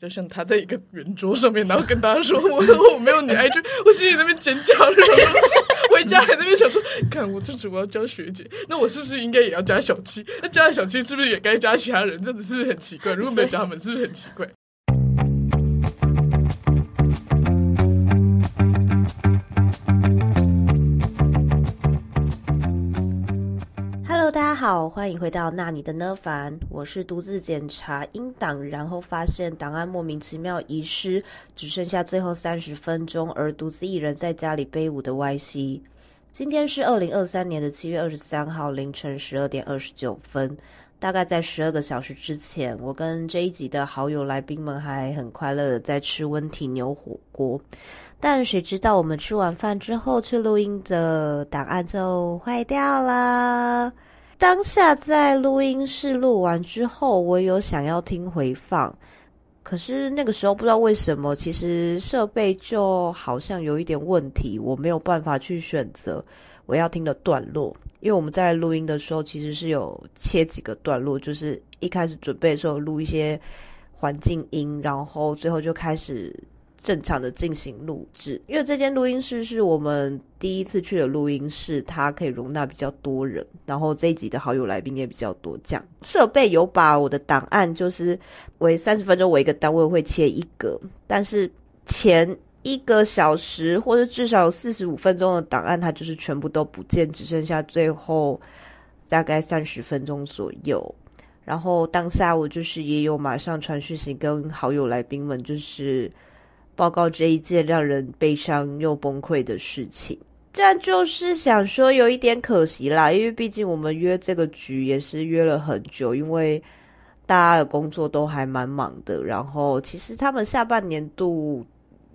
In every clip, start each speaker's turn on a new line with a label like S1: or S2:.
S1: 就剩他在一个圆桌上面，然后跟大家说 我我没有女 IG，我 心里那边尖叫，然后 回家还在那边想说，看我这次我要加学姐，那我是不是应该也要加小七？那加了小七是不是也该加其他人？真的是不是很奇怪，如果没有加他们，是不是很奇怪？
S2: Hello，大家好，欢迎回到那你的呢凡，我是独自检查英档，然后发现档案莫名其妙遗失，只剩下最后三十分钟，而独自一人在家里背舞的 YC。今天是二零二三年的七月二十三号凌晨十二点二十九分，大概在十二个小时之前，我跟这一集的好友来宾们还很快乐的在吃温体牛火锅，但谁知道我们吃完饭之后去录音的档案就坏掉啦。当下在录音室录完之后，我有想要听回放，可是那个时候不知道为什么，其实设备就好像有一点问题，我没有办法去选择我要听的段落。因为我们在录音的时候，其实是有切几个段落，就是一开始准备的时候录一些环境音，然后最后就开始正常的进行录制。因为这间录音室是我们第一次去的录音室，它可以容纳比较多人，然后这一集的好友来宾也比较多，这样设备有把我的档案就是为三十分钟为一个单位会切一格，但是前一个小时或者至少四十五分钟的档案，它就是全部都不见，只剩下最后大概三十分钟左右。然后当下我就是也有马上传讯息跟好友来宾们，就是报告这一件让人悲伤又崩溃的事情。这就是想说有一点可惜啦，因为毕竟我们约这个局也是约了很久，因为大家的工作都还蛮忙的。然后其实他们下半年度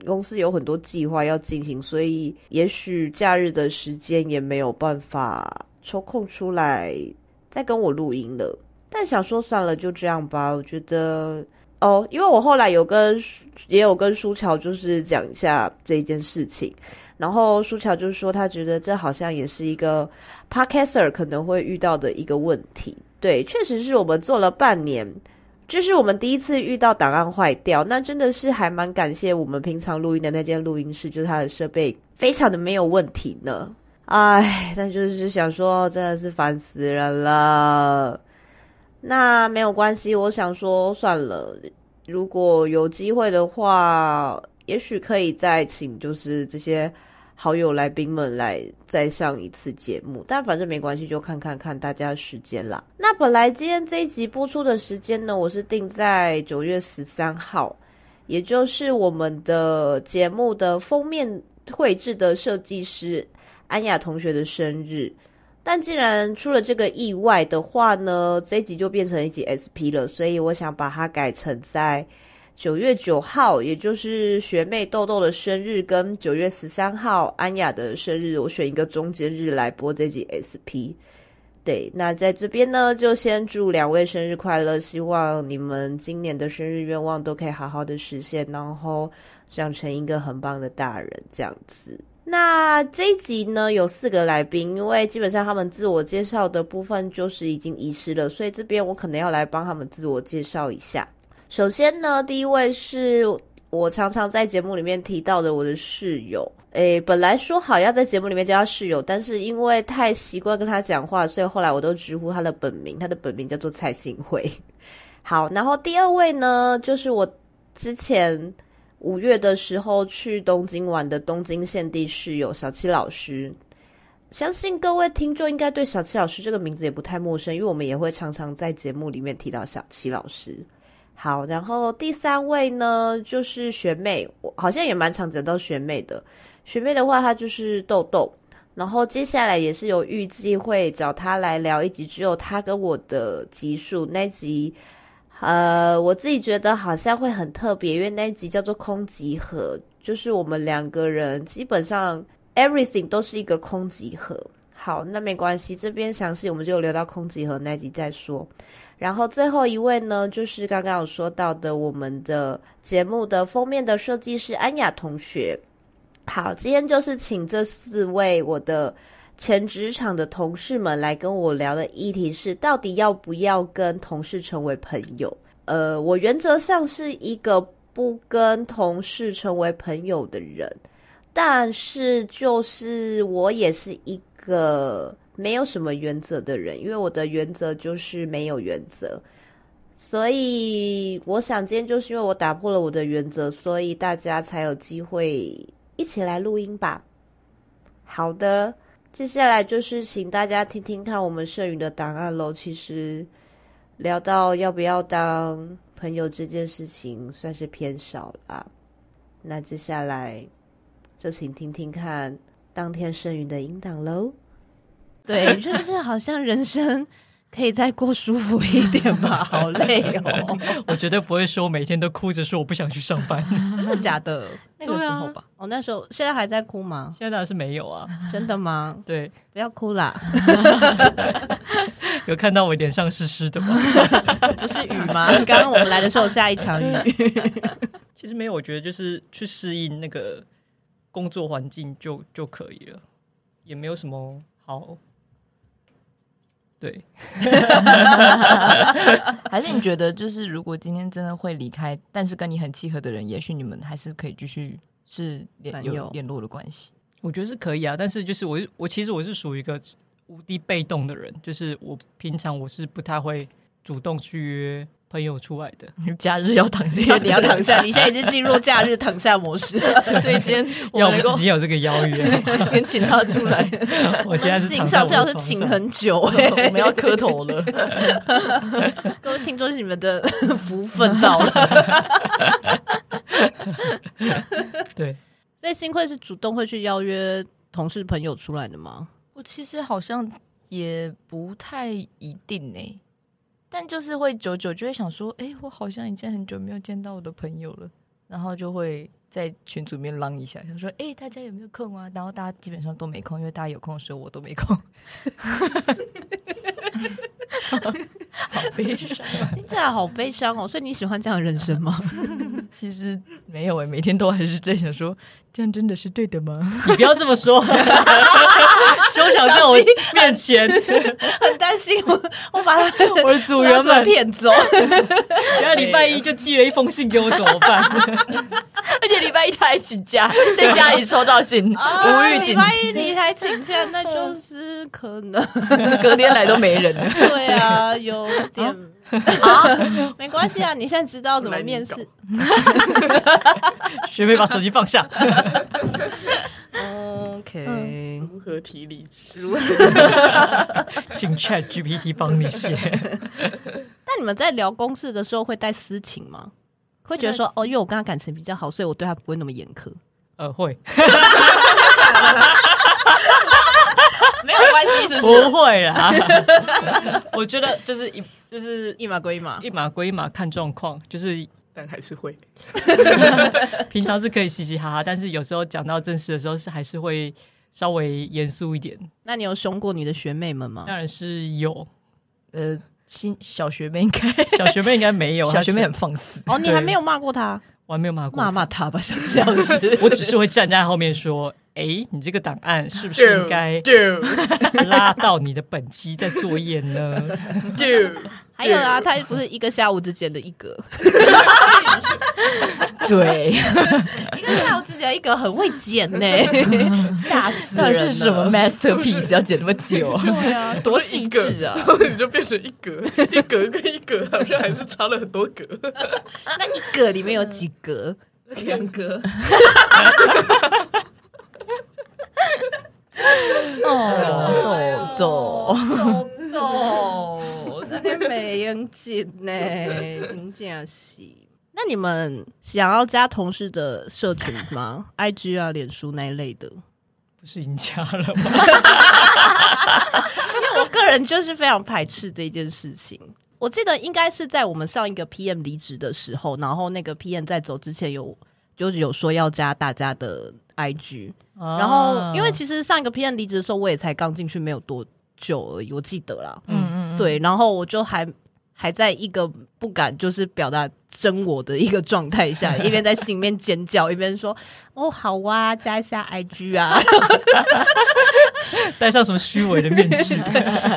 S2: 公司有很多计划要进行，所以也许假日的时间也没有办法抽空出来再跟我录音了。但想说算了，就这样吧。我觉得哦，因为我后来有跟舒也有跟舒乔就是讲一下这一件事情，然后舒乔就说他觉得这好像也是一个 podcaster 可能会遇到的一个问题。对，确实是我们做了半年，这是我们第一次遇到档案坏掉，那真的是还蛮感谢我们平常录音的那间录音室，就是它的设备非常的没有问题呢。唉，但就是想说，真的是烦死人了。那没有关系，我想说算了，如果有机会的话，也许可以再请就是这些好友来宾们来再上一次节目，但反正没关系，就看看看大家的时间啦。那本来今天这一集播出的时间呢，我是定在九月十三号，也就是我们的节目的封面绘制的设计师安雅同学的生日。但既然出了这个意外的话呢，这一集就变成一集 SP 了，所以我想把它改成在九月九号，也就是学妹豆豆的生日跟九月十三号安雅的生日，我选一个中间日来播这集 SP。对，那在这边呢，就先祝两位生日快乐，希望你们今年的生日愿望都可以好好的实现，然后长成一个很棒的大人这样子。那这一集呢有四个来宾，因为基本上他们自我介绍的部分就是已经遗失了，所以这边我可能要来帮他们自我介绍一下。首先呢，第一位是我常常在节目里面提到的我的室友。诶，本来说好要在节目里面叫他室友，但是因为太习惯跟他讲话，所以后来我都直呼他的本名，他的本名叫做蔡幸慧。好，然后第二位呢，就是我之前五月的时候去东京玩的东京县地室友小七老师。相信各位听众应该对小七老师这个名字也不太陌生，因为我们也会常常在节目里面提到小七老师。好，然后第三位呢就是学妹，我好像也蛮常讲到学妹的。学妹的话，她就是豆豆，然后接下来也是有预计会找她来聊一集只有她跟我的集数那集。呃，我自己觉得好像会很特别，因为那一集叫做“空集合”，就是我们两个人基本上 everything 都是一个空集合。好，那没关系，这边详细我们就留到空集合那集再说。然后最后一位呢，就是刚刚有说到的我们的节目的封面的设计师安雅同学。好，今天就是请这四位我的前职场的同事们来跟我聊的议题是，到底要不要跟同事成为朋友？呃，我原则上是一个不跟同事成为朋友的人，但是就是我也是一个没有什么原则的人，因为我的原则就是没有原则。所以我想，今天就是因为我打破了我的原则，所以大家才有机会一起来录音吧。好的，接下来就是请大家听听看我们剩余的档案喽。其实聊到要不要当朋友这件事情，算是偏少啦。那接下来就请听听看当天剩余的音档喽。
S3: 对，就是好像人生可以再过舒服一点吧，好累哦，
S4: 我绝对不会说每天都哭着说我不想去上班。
S3: 真的假的？
S5: 那个时候吧，
S3: 我、哦那时候现在还在哭吗？
S4: 现在当然是没有啊，
S3: 真的吗？
S4: 对，
S3: 不要哭啦，
S4: 有看到我脸上湿湿的吗？
S3: 不是雨吗？ 刚刚我们来的时候下一场雨，
S4: 其实没有，我觉得就是去适应那个工作环境就就可以了，也没有什么好。对，
S5: 还是你觉得就是如果今天真的会离开，但是跟你很契合的人，也许你们还是可以继续是联
S3: 朋
S5: 有
S3: 友
S5: 联络的关系。
S4: 我觉得是可以啊，但是就是我我其实我是属于一个无敌被动的人，就是我平常我是不太会主动去约朋友出来 的，
S5: 假日要躺
S3: 因
S5: 下
S3: 为，你要躺下，你现在已经进入假日躺下模式了。
S5: 所以今天我
S4: 要
S5: 们能
S4: 不是
S5: 够
S4: 今天有这个邀约，
S5: 先请 他出来，
S4: 我现在是
S3: 请
S4: 躺在
S3: 上
S4: 我
S3: 这老
S4: 的
S3: 师
S4: 床
S3: 请
S4: 上
S3: 很久哎、
S5: 欸我们要磕头了。
S3: 各位听众，你们的福分到了，
S4: 对，
S3: 所以幸会是主动会去邀约同事朋友出来的吗？
S5: 我其实好像也不太一定呢、但就是会久久就会想说，哎、我好像已经很久没有见到我的朋友了，然后就会在群组里面浪一下，想说，哎、大家有没有空啊？然后大家基本上都没空，因为大家有空的时候我都没空。 好悲伤，
S3: 听起来好悲伤哦，所以你喜欢这样的人生吗？
S5: 其实没有哎、每天都还是在想说，这样真的是对的吗？
S4: 你不要这么说， 休想 在我面前，
S3: 很担心我，我把他
S4: 我的组员
S3: 我要
S4: 们
S3: 被，骗走，
S4: 人家礼拜一就寄了一封信给我，怎 么办？
S5: 而且礼拜一他还请假，在家里收到 信，无
S3: 啊
S5: 预
S3: 礼
S5: 警，
S3: 拜一你还请假，那就是可能
S5: 隔天来都没人了。
S3: 对啊，有点啊， 没关系啊，你现在知道怎么面
S1: 来
S3: 试。
S4: 学妹把手机放下，
S3: OK，
S1: 如何提离 职？
S4: 请 Chat GPT 帮你写。
S3: 那你们在聊公事的时候会带私情吗？会觉得说哦，因为我跟他感情比较好，所以我对他不会那么严苛。
S4: 呃，会
S3: 没有关系，是
S4: 不？会啦？ 我觉得就是一就是
S3: 一码归一码，
S4: 一码归一码，看状况。就是
S1: 但还是会，
S4: 平常是可以嘻嘻哈哈，但是有时候讲到正事的时候，是还是会稍微严肃一点。
S3: 那你有凶过你的学妹们吗？
S4: 当然是有，
S5: 呃，新小学妹应该，
S4: 小学妹应该 没 有，
S5: 小学妹
S4: 她
S5: 很放肆，
S3: 哦，你还没有骂过她，
S4: 我还没有骂过
S3: 骂
S4: 她。
S3: 骂她吧，小小 时
S4: 我只是会站在后面说：“哎、你这个档案是不是 应该
S1: do
S4: 拉到你的本机在作业呢？
S1: do，
S3: 还有啊，她不是一个下午之间的一格，
S5: 对，
S3: 一个下午之间一格很会剪呢， 吓死
S5: 到
S3: 人
S5: 底
S3: 啊了！
S5: 是什么 masterpiece 要剪那么久？ 嗯
S3: 对啊，多细致啊！
S1: 你 就变成一格一格跟一格，好像还是差了很多格。
S3: 那一格里面有几格？
S5: 两个，哦，豆豆，
S3: 豆哦豆，那边美英紧 呢，真假戏。那你们想要加同事的社群吗？IG 啊、脸书那一类的？
S4: 不是赢家了吗？
S3: 我个人就是非常排斥这件事情。我记得应该是在我们上一个 PM 离职的时候，然后那个 PM 在走之前有就是有说要加大家的 IG，、然
S5: 啊
S4: 啊
S3: 后因为其实上一个 PM 离职的时候，我也才刚进去没有多久而已，我记得啦，
S5: 嗯嗯，
S3: 对，然后我就还还在一个不敢就是表达真我的一个状 态下，一边在心里面尖叫，一边说哦好啊，加一下 IG 啊，
S4: 戴上什么虚伪的面 具，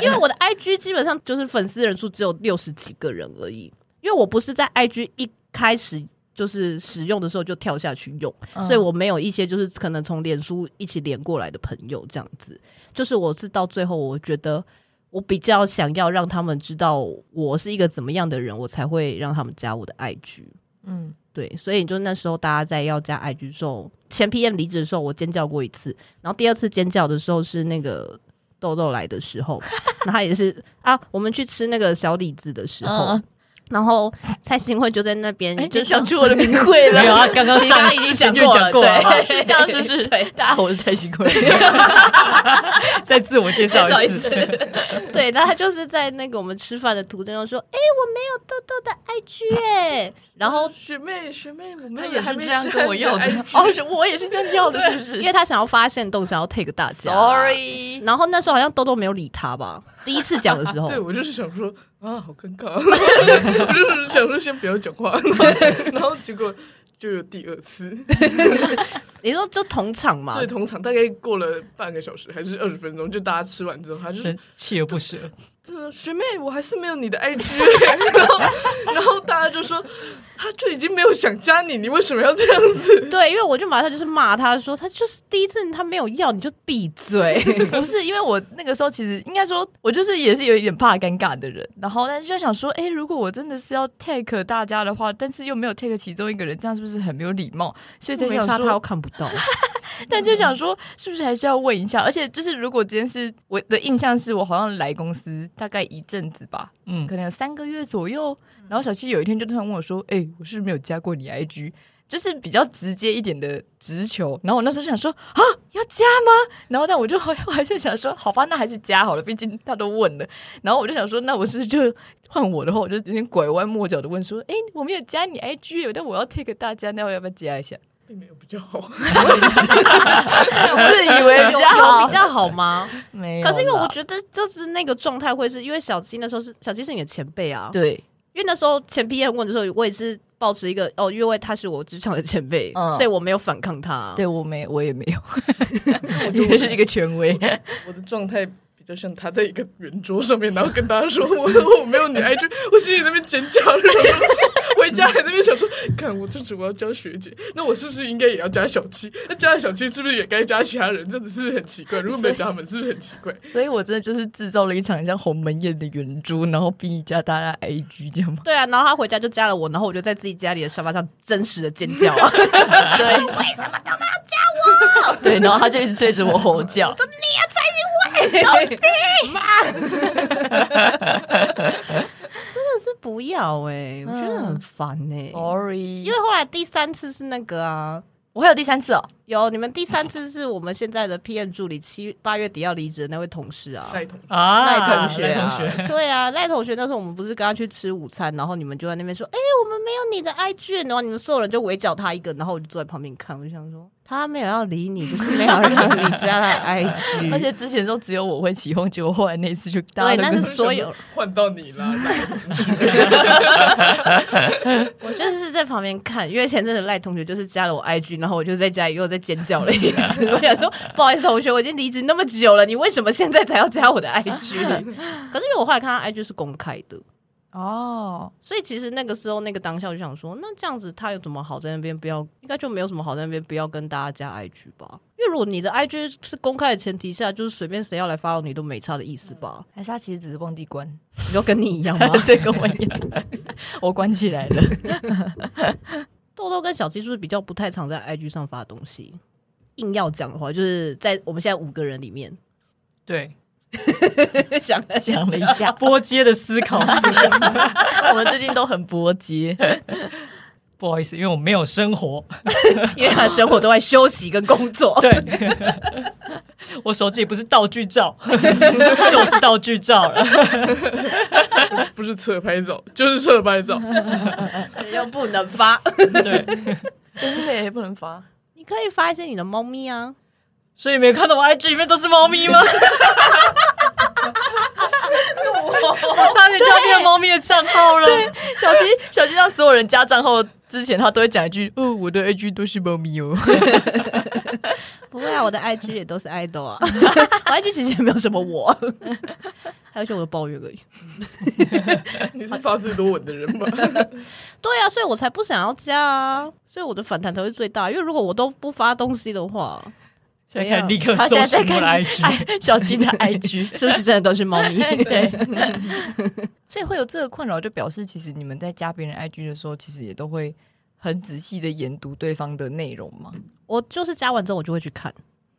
S3: 因为我的 IG 基本上就是粉丝人数只有六十几个人而已，因为我不是在 IG 一开始就是使用的时候就跳下去用，
S5: 嗯
S3: 所以我没有一些就是可能从脸书一起连过来的朋友这样子。就是我是到最后，我觉得我比较想要让他们知道我是一个怎么样的人，我才会让他们加我的 IG。
S5: 嗯
S3: 对，所以就那时候大家在要加 IG 的时候，前 PM 离职的时候，我尖叫过一次，然后第二次尖叫的时候是那个豆豆来的 时候，然后他也是啊，我们去吃那个小李子的时候，
S5: 嗯
S3: 然后蔡兴会就在那边、
S5: 哎，
S3: 就
S5: 就讲出我的名讳 了。
S4: 没有啊，刚刚
S5: 你刚
S4: 上
S5: 刚已经
S4: 之前就
S5: 过
S4: 讲
S5: 了，
S4: 过了，好不好
S5: 对，这样就是对。大家好，我是蔡徐 坤，
S4: 再自我介
S5: 介
S4: 绍
S5: 绍
S4: 一
S5: 一
S4: 次
S5: 次。
S3: 对，那他就是在那个我们吃饭的途中就说：“哎、我没有豆豆的 IG 哎、然后
S1: 学妹 学妹，我
S5: 他
S1: 们
S5: 也
S1: 还
S5: 是
S1: 没
S5: 这样跟我要的
S1: 加你 IG
S5: 哦，是我也是这样要的，是不
S3: 因
S5: 是
S3: 为他想要发现动，想要 take 大家。
S5: ？Sorry，
S3: 然后那时候好像豆豆没有理他吧，第一次讲的时 候
S1: 对，，我就是想说啊，好尴尬， 我就是想说先不要讲话，然后然后结果就有第二次，
S3: 你说就同场嘛
S1: 对，，同场大概过了半个小时还是二十分钟，就大家吃完之后，他就是
S4: 真锲而 不舍，
S1: 这个学妹，我还是没有你的 IG，然 后然后大家就说，他就已经没有想加你，你为什么要这样子？
S3: 对，因为我就马上就是骂他说，他就是第一次他没有要，你就闭嘴。
S5: 不是因为我那个时候其实应该说，我就是也是有一点怕尴尬的人，然后但是就想说，哎、如果我真的是要 take 大家的话，但是又没有 take 其中一个人，这样是不是很没有礼貌？所以才
S3: 没
S5: 想
S3: 差，他又
S5: 说，
S3: 看不到。
S5: 但
S3: 嗯
S5: 就想说，是不是还是要问一下？而且就是如果今天是我的印象是我好像来公司大概一阵子吧，
S4: 嗯，
S5: 可能有三个月左右，然后小七有一天就突然问我说，哎、我是不是没有加过你 IG？就是比较直接一点的直球，然后我那时候想说啊，要加吗？然后但我就好， 我还是想说，好吧，那还是加好了，毕竟他都问了。然后我就想说，那我是不是就换我的话，我就有点拐弯抹角的问说，哎，我没有加你 IG，哦但我要 take 大家，那我要不要加一下？
S1: 并没有比较 好，
S5: 自 以为
S3: 有
S5: 比较
S3: 有
S5: 好
S3: 比，较好吗？
S5: 没有啦。
S3: 可是因为我觉得就是那个状态会是因为小七那时候是小七是你的前辈啊，
S5: 对，
S3: 因为那时候前 P M 问的时候，我也是保持一个哦，因为他是我职场的前辈，
S5: 嗯
S3: 所以我没有反抗他。
S5: 对我没，我也没 有，也啊是一个权 威。
S1: 我的状态。比较像他在一个圆桌上面，然后跟大家说 我我没有你 IG，我心里那边尖叫，然后回家还在那边想说，看我这次我要教学姐，那我是不是应该也要加小七？那加了小七是不是也该加其他人？真的是不是很奇怪？如果没有加他们，是不是很奇怪？
S5: 所以我真的就是制造了一场像鸿门宴的圆桌，然后逼加大家 IG 这样吗？
S3: 对啊，然后他回家就加了我，然后我就在自己家里的沙发上真实的尖 叫啊！
S5: 对，为什么都要加我？ 对，然后他就一直对着我吼 叫，说你啊，蔡徐坤，
S3: 真的是不要哎、我
S5: 觉得很
S3: 烦哎
S5: sorry，
S3: 因为后来第三次是那个啊，
S5: 我还有第三次哦，
S3: 有你们第三次是我们现在的 PM 助理七八月底要离职的那位同事啊，
S1: 赖同
S4: 啊，
S3: 赖同学
S4: 赖
S3: 啊，
S4: 同学，
S3: 对啊，赖同学那时候我们不是跟他去吃午餐，然后你们就在那边说，哎、我们没有你的 IG，然后你们所有人就围剿他一个，然后我就坐在旁边看，我就想说他没有要理你，就是没有让你加他的 IG，
S5: 而且之前都只有我会起哄，结果后来嗯那一次就大
S3: 对，
S5: 家
S3: 但
S5: 都
S3: 是所有
S1: 换到你了，赖同
S3: 我就是在旁边看，因为前阵子赖同学就是加了我 IG，然后我就在家里又再尖叫了一次，我想说不好意思，同学，我已经离职那么久了，你为什么现在才要加我的 IG？可是因为我后来看他 IG 是公开的，
S5: 哦，
S3: 所以其实那个时候那个当下我就想说，那这样子他有什么好在那边不要？应该就没有什么好在那边不要跟大家加 IG 吧？因为如果你的 IG 是公开的前提下，就是随便谁要来 follow 你都没差的意思吧？
S5: 还是他其实只是忘记关，
S3: 你就跟你一样 吗？
S5: 对，跟我一样， 我关起来 了。
S3: 豆豆跟小鸡是不是比较不太常在 IG 上发东西？硬要讲的话，就是在我们现在五个人里 面，
S4: 对，啊
S3: 想
S5: 想了一下，
S4: 波接的思 考思路，
S5: 我们最近都很波及，
S4: 不好意思，因为我没有生活，
S3: 因为他的生活都在休息跟工作。
S4: 对，我手机也不是道具照， 就是道具照了。
S1: 学 不是侧拍照就是侧拍 照，
S3: 又不能发，
S4: 对，
S5: 真的也不能发。
S3: 你可以发一些你的猫咪啊。
S4: 所以没有看到我 IG 里面都是猫 咪吗？我差点就要变猫咪的账号了。
S5: 小七，小七让所有人加账后之前他都会讲一句：“哦，我的 IG 都是猫咪 哦。
S3: 不会啊，我的 IG 也都是 idol 啊， 我 IG 其实也没有什么我， 还有一些我的抱怨而已。
S1: 你是发最多文的人吧？
S3: 对啊，所以我才不想要加啊，所以我的反弹才会最大。因为如果我都不发东西的话，
S4: 现在开始立刻
S5: 他
S4: 搜
S5: 现在
S4: 寻
S5: 在
S4: 我的
S5: 看哎
S4: IG，
S5: 小七 的 IG，
S3: 是不是真的都是猫咪？
S5: 对，所以会有这个困扰，就表示其实你们在加别人 IG 的时候，其实也都会很仔细的研读对方的内容嘛。
S3: 我就是加完之后我就会去 看，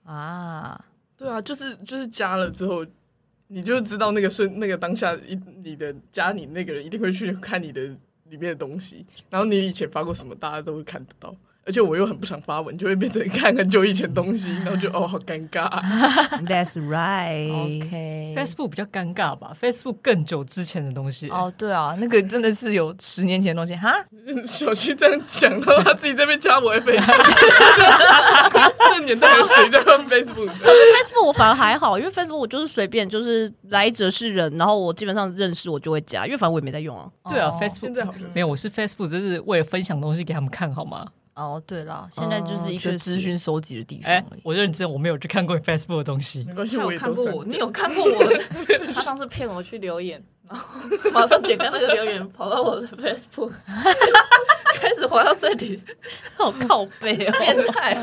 S5: 啊，
S1: 对啊，就是就是加了之后，你就知道那个瞬那个当下一你的加你那个人一定会去看你的里面的东西，然后你以前发过什么，大家都会看得到。而且我又很不想发文，就会变成看很久以前东西， 然后就哦好尴尬、
S3: That's right。
S5: OK
S4: Facebook 比较尴尬吧，Facebook 更久之前的东西。
S5: 哦，对啊，那个真的是有十年前的东西哈。
S1: 小七这样讲，然后他自己在那边加我 Facebook，这年代有谁在用 Facebook 的？
S3: Facebook 我反而还好，因为 Facebook 我就是随便，就是来者是人，然后我基本上认识我就会加，因为反正我也没在用啊。
S4: 对啊
S5: 哦
S1: 现
S4: ，Facebook
S1: 在好像是
S4: 没有，我是 Facebook，就是为了分享东西给他们看，好吗？
S5: 哦，对啦，现在就是一
S3: 哦确
S5: 个
S3: 实
S5: 资讯收集的地方
S4: 哎、
S5: 而已。
S4: 我认真，我没有去看过你 Facebook 的东西
S1: 没。关系，
S6: 他
S1: 我也
S6: 有
S1: 都
S6: 看过
S1: 删
S6: 我，你有看过我的？他上次骗我去留言，然后马上点开那个留言，跑到我的 Facebook，开始滑到最底，
S3: 好靠背 哦，
S6: 变态，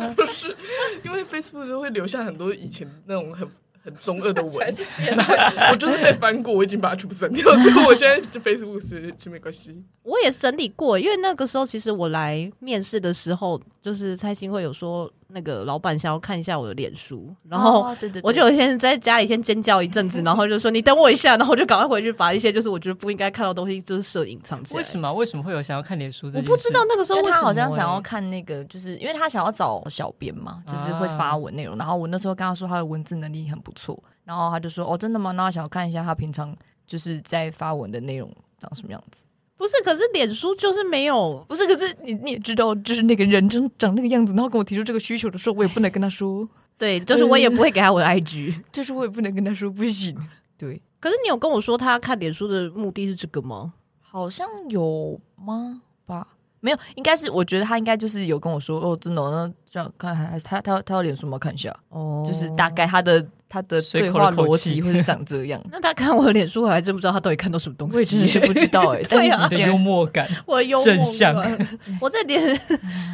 S1: 因为 Facebook 都会留下很多以前那种很很中二的
S6: 才
S1: 文，
S6: 是变态。
S1: 我就是被翻过，我已经把它全部删掉，所以我现在就 Facebook 是是没关系。
S3: 我也整理过，因为那个时候其实我来面试的时候，就是蔡兴会有说那个老板想要看一下我的脸书，然后
S5: 哦对对，对
S3: 我就有先在家里先尖叫一阵子，然后就说你等我一下，然后我就赶快回去把一些就是我觉得不应该看到的东西就是摄影藏起来。
S4: 为什么？为什么会有想要看脸书这
S3: 我
S4: 件事？
S3: 不知道那个时
S5: 因
S3: 候
S5: 为
S3: 为
S5: 他
S3: 什
S5: 好像
S3: 么
S5: 想要
S3: 欸
S5: 看那个，就是因为他想要找小编嘛，就是会发文内容。然后我那时候跟他说他的文字能力很不错，然后他就说哦，真的吗？那他想要看一下他平常就是在发文的内容长什么样子。
S3: 不是，可是脸书就是没有
S5: 不是，可是你你也知道，就是那个人真长那个样子，然后跟我提出这个需求的时候，我也不能跟他说，
S3: 对，就是我也不会给他我的 IG。
S5: 就是我也不能跟他说不行。对，
S3: 可是你有跟我说他看脸书的目的是这个吗？
S5: 好像有吗？吧，没有，应该是我觉得他应该就是有跟我说哦，真的哦、那这样看还他他他要脸书吗？看一下。
S3: 哦。
S5: 就是大。概他的他的
S4: 随
S5: 对
S4: 口的
S5: 话
S4: 口
S5: 逻
S4: 气
S5: 辑会是长这样
S3: 那他看我的脸书，我还真不知道他到底看到什么东 西。
S5: 我也真的是不知道 哎、
S3: 对啊
S5: 但
S4: 你
S5: 是
S4: 的
S5: 你
S4: 幽
S5: 讲
S4: 默感，
S3: 我幽默
S4: 正向
S3: 感， 我这点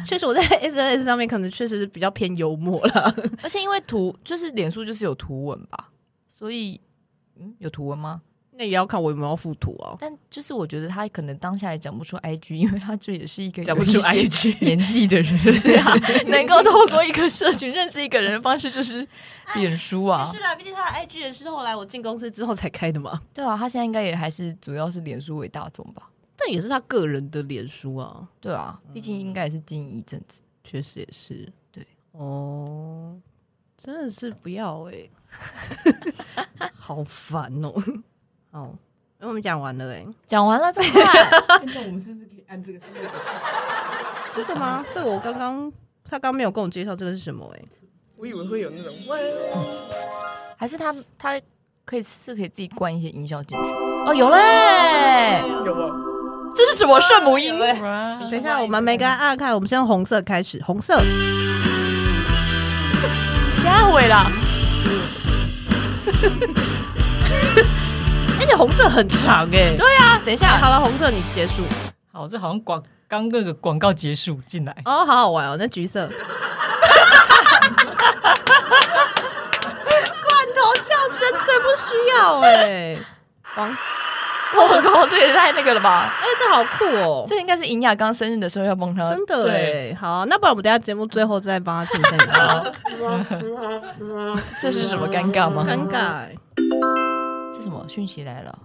S3: 确实我在 S N S 上面可能确实是比较偏幽默了。
S5: 而且因为图就是脸书就是有图文吧，所以嗯有图文吗？
S3: 那也要看我有没有附图啊。
S5: 但就是我觉得他可能当下也讲不出 IG，因 为他就也是一个
S3: 讲不出
S5: IG 年纪的人，所以他能够透过一个社群认识一个人的方式就是脸书啊。
S3: 啦，毕竟他的 I G 也是后来我进公司之后才开的嘛。
S5: 对啊，他现在应该也还是主要是脸书为大众吧？
S3: 但也是他个人的脸书啊，
S5: 对啊，毕竟应该也是经营一阵子。
S3: 确实也是。
S5: 对，
S3: 哦，真的是不要哎、好烦哦、好，那我们讲完了哎、
S5: 讲完了，这么快。
S6: 那我们是不是可以按这个？
S3: 这个吗？这个我刚刚他刚没有跟我介绍这个是什么哎、
S1: 我以为会有那种哇，
S5: 还是他他可以是可以自己关一些音效进去？哦，有嘞，
S1: 有吗？
S5: 这是什么圣母音？
S3: 等一下，我们没跟他按开，我们先用红色开始，红色。
S5: 吓毁了！
S3: 而哎且红色很长哎、
S5: 对啊，等一下，
S3: 好了，红色你结束。
S4: 好，这好像广刚那个广告结束进来，
S3: 哦，好好玩哦，那橘色。 罐头笑声最不需要哎、王，
S5: 我靠，这也太那个了吧！
S3: 哎、这好酷哦，
S5: 这应该是尹雅刚生日的时候要帮他。
S3: 真的哎、好、那不然我们等一下节目最后再帮他庆生一下，
S5: 这是什么尴尬吗？
S3: 尴尬、欸。
S5: 这什么讯息来了？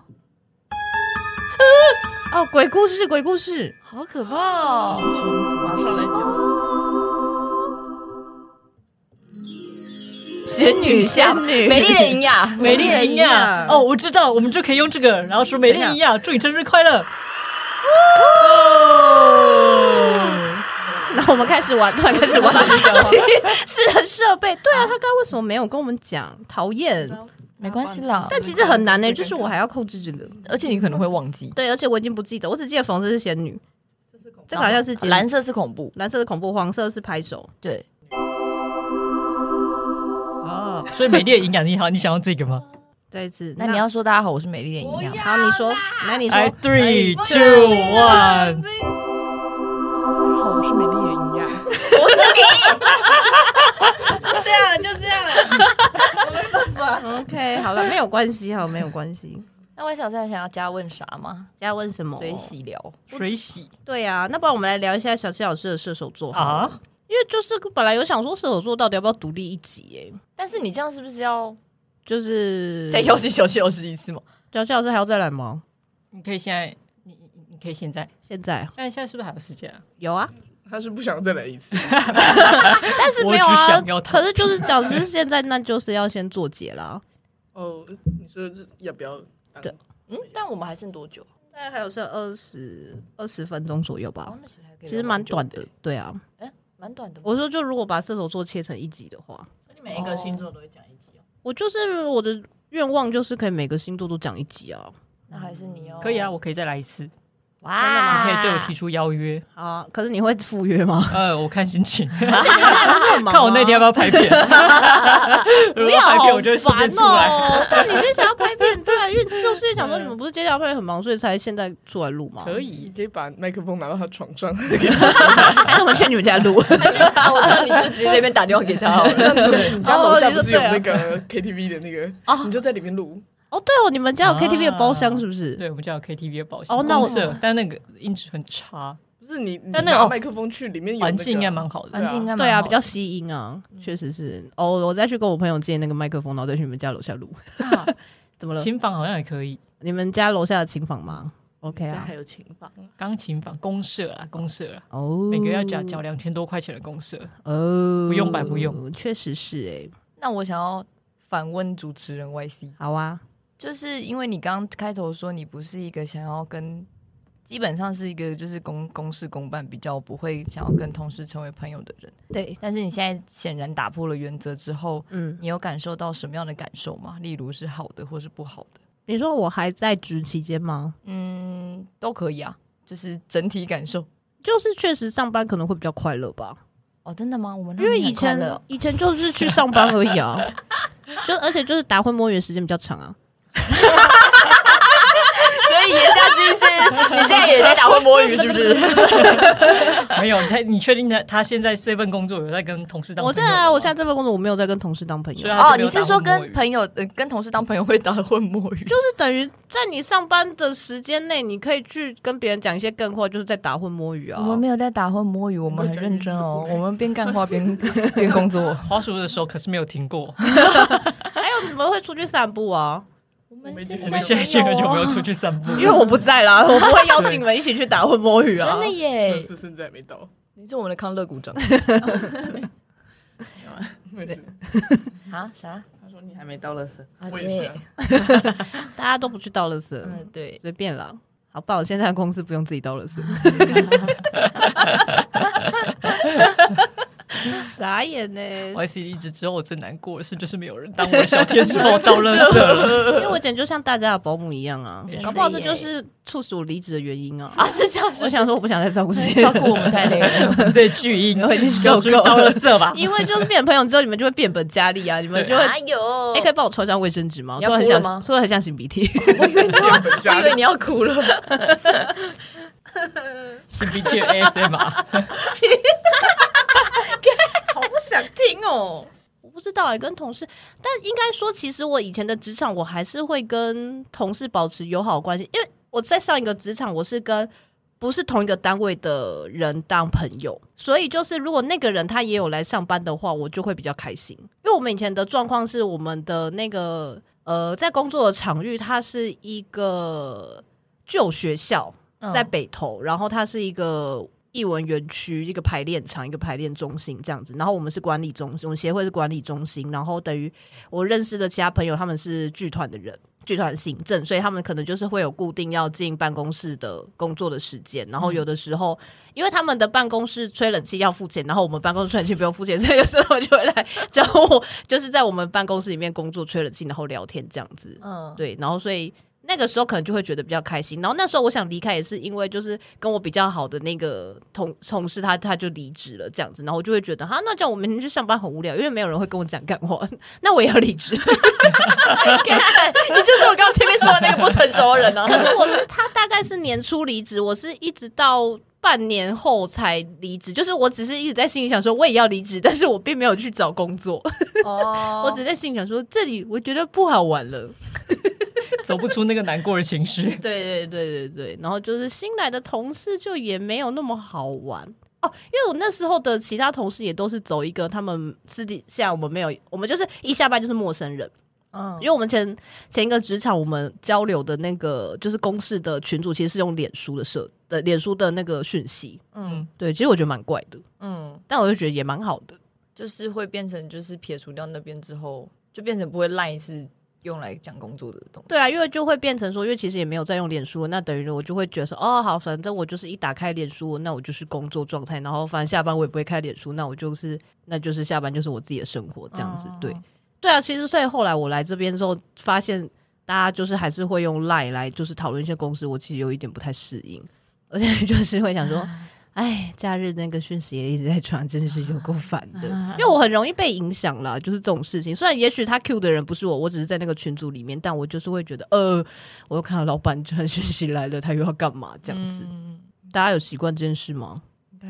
S3: 哦，鬼故事，鬼故事，
S5: 好可怕哦！
S6: 马上来讲，
S5: 仙女下
S3: 女
S5: 美丽的尹 雅，
S4: 美丽的
S3: 美丽
S4: 营
S3: 的
S4: 养
S3: 营养
S4: 哦，我知道，我们就可以用这个，然后说美丽的营养，祝你生日快乐。哦
S3: 那我们开始玩，突然开始 玩，是的设备。对啊，他刚刚为什么没有跟我们讲？讨厌。
S5: 没关系啦。
S3: 但其实很难呢、欸就是我还要控制这个。
S5: 而且你可能会忘记，
S3: 对，而且我已经不记得，我只记得冯子是仙女。这个好像是结
S5: 啊蓝色是恐怖，
S3: 哦蓝色的恐怖，黄色是拍手。
S5: 对，
S4: 啊，所以美丽的营养你好，你想要这个吗
S3: 再一次，
S5: 那你要说大家好，我是美丽的营养。
S3: 好，你说，来你说
S4: ？I 哎 three two one，
S5: 好，我是美丽的营养。
S2: 就这样，就这样。
S3: ，OK，好了，没有关系，好，没有关系。
S5: 那外小菜想要加问啥吗？
S3: 加问什么？
S5: 随喜聊，
S4: 水洗
S3: 对啊，那不然我们来聊一下小七老师的射手座好了
S4: 啊，
S3: 因为就是本来有想说射手座到底要不要独立一集耶、
S5: 但是你这样是不是要
S3: 就是
S5: 再邀请小七老师一次吗？
S3: 小七老师还要再来吗？
S4: 你可以现在，你你你可以现在，
S3: 现在
S4: 现在现在是不是还有时间啊？
S3: 有啊，
S1: 他是不想再来一次，
S3: 但是
S4: 我
S3: 没有
S4: 只
S3: 啊
S4: 想要。躺
S3: 可是就是讲，就是现在那就是要先做结啦。
S1: 哦，你说这要不要？
S3: 对
S5: 嗯，但我们还剩多久？
S3: 大概还有剩二十二十分钟左右吧
S5: 哦，那其实还可以
S3: 其
S5: 聊
S3: 实蛮
S5: 久
S3: 短的。对啊，
S5: 蛮短的。
S3: 我说就如果把射手座切成一集的话，
S6: 你每一个星座都会讲一集哦。
S3: 我就是我的愿望就是可以每个星座都讲一集啊。
S5: 那还是你要
S4: 可以啊，我可以再来一次，
S5: 哇，
S4: 你可 以对我提出邀约。
S3: 好啊，可是你会赴约 吗？
S4: 呃，我看心情，
S3: 看
S4: 看我那天要不要拍片。如果要拍片，我就会顺便出来。嗯
S3: 哦。但你是想要拍片，对啊，因为就是 想说你们不是接下来会很忙，所以才现在出来录吗？
S4: 可
S1: 你
S4: 以，
S1: 可以把麦克风拿到他床 上，
S3: 还是我们去你们家 录？
S5: 啊，我知道你就直接那边打电话给他 好了。
S1: 你家楼下
S3: 哦
S1: 不是有
S3: 你说
S1: 那
S4: 啊
S1: 个 KTV 的那个，你就在里面录。
S3: 哦，对哦，你们
S4: 啊
S3: 家有 KTV 的包厢是不是？
S4: 对我们叫 KTV 的保险
S3: 哦那我
S4: 公社但那个音质很差，
S1: 不是你，你
S4: 但那个
S1: 拿麦克风去里面有
S4: 环
S1: 那
S4: 境应该
S1: 个，
S4: 蛮好的。
S5: 环境应该蛮
S3: 对啊，
S5: 好
S3: 比较吸音啊，确实是。哦，我再去跟我朋友借那个麦克风，然后再去你们家楼下录。怎么了？
S4: 琴房好像也可以，
S3: 你们家楼下的琴房吗？OK
S1: 家
S3: 啊
S1: 还。有琴房，
S4: 钢琴房公社啦，公社啦，
S3: 哦，
S4: 每个月要缴缴两千多块钱的公社。
S3: 哦，
S4: 不用吧不用，
S3: 确实是哎、
S5: 那我想要反问主持人 Y C，
S3: 好啊，
S5: 就是因为你刚开头说你不是一个想要跟，基本上是一个就是公公事公办比较不会想要跟同事成为朋友的人，
S3: 对，
S5: 但是你现在显然打破了原则之后，
S3: 嗯，
S5: 你有感受到什么样的感受吗？例如是好的或是不好的，
S3: 你说我还在职期间吗？
S5: 嗯，都可以啊，就是整体感受。
S3: 就是确实上班可能会比较快乐吧，
S5: 哦，真的吗？我们让
S3: 因为
S5: 你很
S3: 以前
S5: 快乐哦
S3: 以前就是去上班而已啊，就而且就是打混摸鱼的时间比较长啊，
S5: 所以言下之意是，你现在也在打混摸鱼，是不 是？
S4: 没有他，你确定他他现在这份工作有在跟同事当
S3: 我
S4: 朋友
S3: 现
S4: 吗？
S3: 在啊我现在这份工作我没有在跟同事当朋友
S4: 虽
S3: 啊，
S4: 然
S5: 哦，
S4: 就没
S5: 你
S4: 有
S5: 是
S4: 打
S5: 说
S4: 混摸
S5: 跟
S4: 鱼
S5: 朋友、呃、跟同事当朋友会打混摸鱼？啊
S3: 就是等于在你上班的时间内，你可以去跟别人讲一些更或就是在打混摸鱼啊
S5: 我。们没有在打混摸鱼，我们很认真哦，我们边干话边 边工作。
S4: 滑鼠的时候可是没有 停过，
S3: 还有你们会出去散步啊？
S1: 我
S5: 我们
S1: 们现
S4: 我们现在这个就没有出去散 步。
S3: 因为我不在啦，我不会邀请你们一起去打混摸鱼啊
S5: 真的。
S1: 那
S4: 哎
S5: 耶！
S1: 次现在还没到，
S5: 你是我们的康乐股长
S1: 没事，
S5: 啊？啥？
S6: 他说你还没到乐色，
S5: 啊
S1: 我也是
S5: 对
S1: 啊，
S3: 大家都不去倒垃圾，
S5: 嗯对，
S3: 随便啦。好吧，我现在的公司不用自己倒垃 圾。傻眼呢、
S4: Y C 一直知道我最难过的事就是没有人当我的小天使把我倒垃 圾了。
S3: 因为我简直就像大家的保姆一样啊
S5: 真，的
S3: 搞不好这
S5: 耶
S3: 就是促使我离职的原因啊。
S5: 啊是这样，是
S3: 我想说，我不想再照顾这些
S5: 照
S3: 人，
S5: 顾我们太累了。
S4: 这巨婴
S3: 我已经受
S4: 要出去
S3: 够
S4: 倒
S3: 了
S4: 垃圾吧？
S3: 因为就是变成朋友之后，你们就会变本加厉啊，你们就会。
S5: 有
S3: 哎、可以帮我抽一张卫生纸吗？
S5: 你
S3: 突
S5: 要
S3: 然很
S5: 哭了
S3: 想，
S5: 吗
S3: 突然很想擤鼻涕。
S1: 变本
S5: 我
S1: 加
S5: 以
S1: 厉
S5: 为。你要哭了，
S4: 是 B T S M 啊？
S3: 好不想听哦。我不知道哎、跟同事，但应该说，其实我以前的职场，我还是会跟同事保持友好关系，因为我在上一个职场，我是跟不是同一个单位的人当朋友，所以就是如果那个人他也有来上班的话，我就会比较开心，因为我们以前的状况是，我们的那个呃，在工作的场域，它是一个旧学校，
S5: 嗯
S3: 在北投，然后它是一个艺文园区、一个排练场、一个排练中心这样子。然后我们是管理中心，我们协会是管理中心。然后等于我认识的其他朋友，他们是剧团的人。剧团行政，所以他们可能就是会有固定要进办公室的工作的时间，然后有的时候，因为他们的办公室吹冷气要付钱，然后我们办公室吹冷气不用付钱，所以有时候他们就会来 找我，就是在我们办公室里面工作吹冷气，然后聊天这样子。
S5: 嗯，
S3: 对，然后所以那个时候可能就会觉得比较开心。然后那时候我想离开，也是因为就是跟我比较好的那个同同事他他就离职了这样子，然后我就会觉得哈，那这样我明天去上班很无聊，因为没有人会跟我讲干话，那我也要离职。
S5: 你就是我刚前面说的那个不成熟的人啊。
S3: 可是我是他大概是年初离职，我是一直到半年后才离职，就是我只是一直在心里想说我也要离职，但是我并没有去找工作，
S5: 哦
S3: 我只在心里想说这里我觉得不好玩了。。
S4: 走不出那个难过的情绪
S3: 对对对对对，然后就是新来的同事就也没有那么好玩哦，因为我那时候的其他同事也都是走一个他们私底下我们没有，我们就是一下班就是陌生人，
S5: 嗯
S3: 因为我们前前一个职场我们交流的那个就是公事的群组其实是用脸书的社的脸书的那个讯息，
S5: 嗯
S3: 对，其实我觉得蛮怪的，
S5: 嗯，
S3: 但我就觉得也蛮好的。
S5: 就是会变成就是撇除掉那边之后，就变成不会赖是用来讲工作的东西。
S3: 对啊，因为就会变成说，因为其实也没有在用脸书，那等于我就会觉得说，哦，好，反正我就是一打开脸书，那我就是工作状态，然后反正下班我也不会开脸书，那我就是那就是下班就是我自己的生活这样子。
S5: 嗯
S3: 对，对啊，其实所以后来我来这边之后，发现大家就是还是会用 Line 来就是讨论一些公司，我其实有一点不太适应，而且就是会想说。哎，假日那个讯息也一直在传，真是有够烦的。因为我很容易被影响啦，就是这种事情。虽然也许他 Q 的人不是我，我只是在那个群组里面，但我就是会觉得，呃，我又看到老板传讯息来了，他又要干嘛这样子。
S5: 嗯，
S3: 大家有习惯这件事吗？
S5: 应该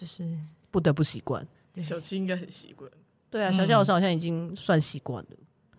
S5: 就是
S3: 不得不习惯。
S5: 对
S1: 小七应该很习惯。
S3: 对啊，
S4: 嗯
S3: 小小老师好像已经算习惯了。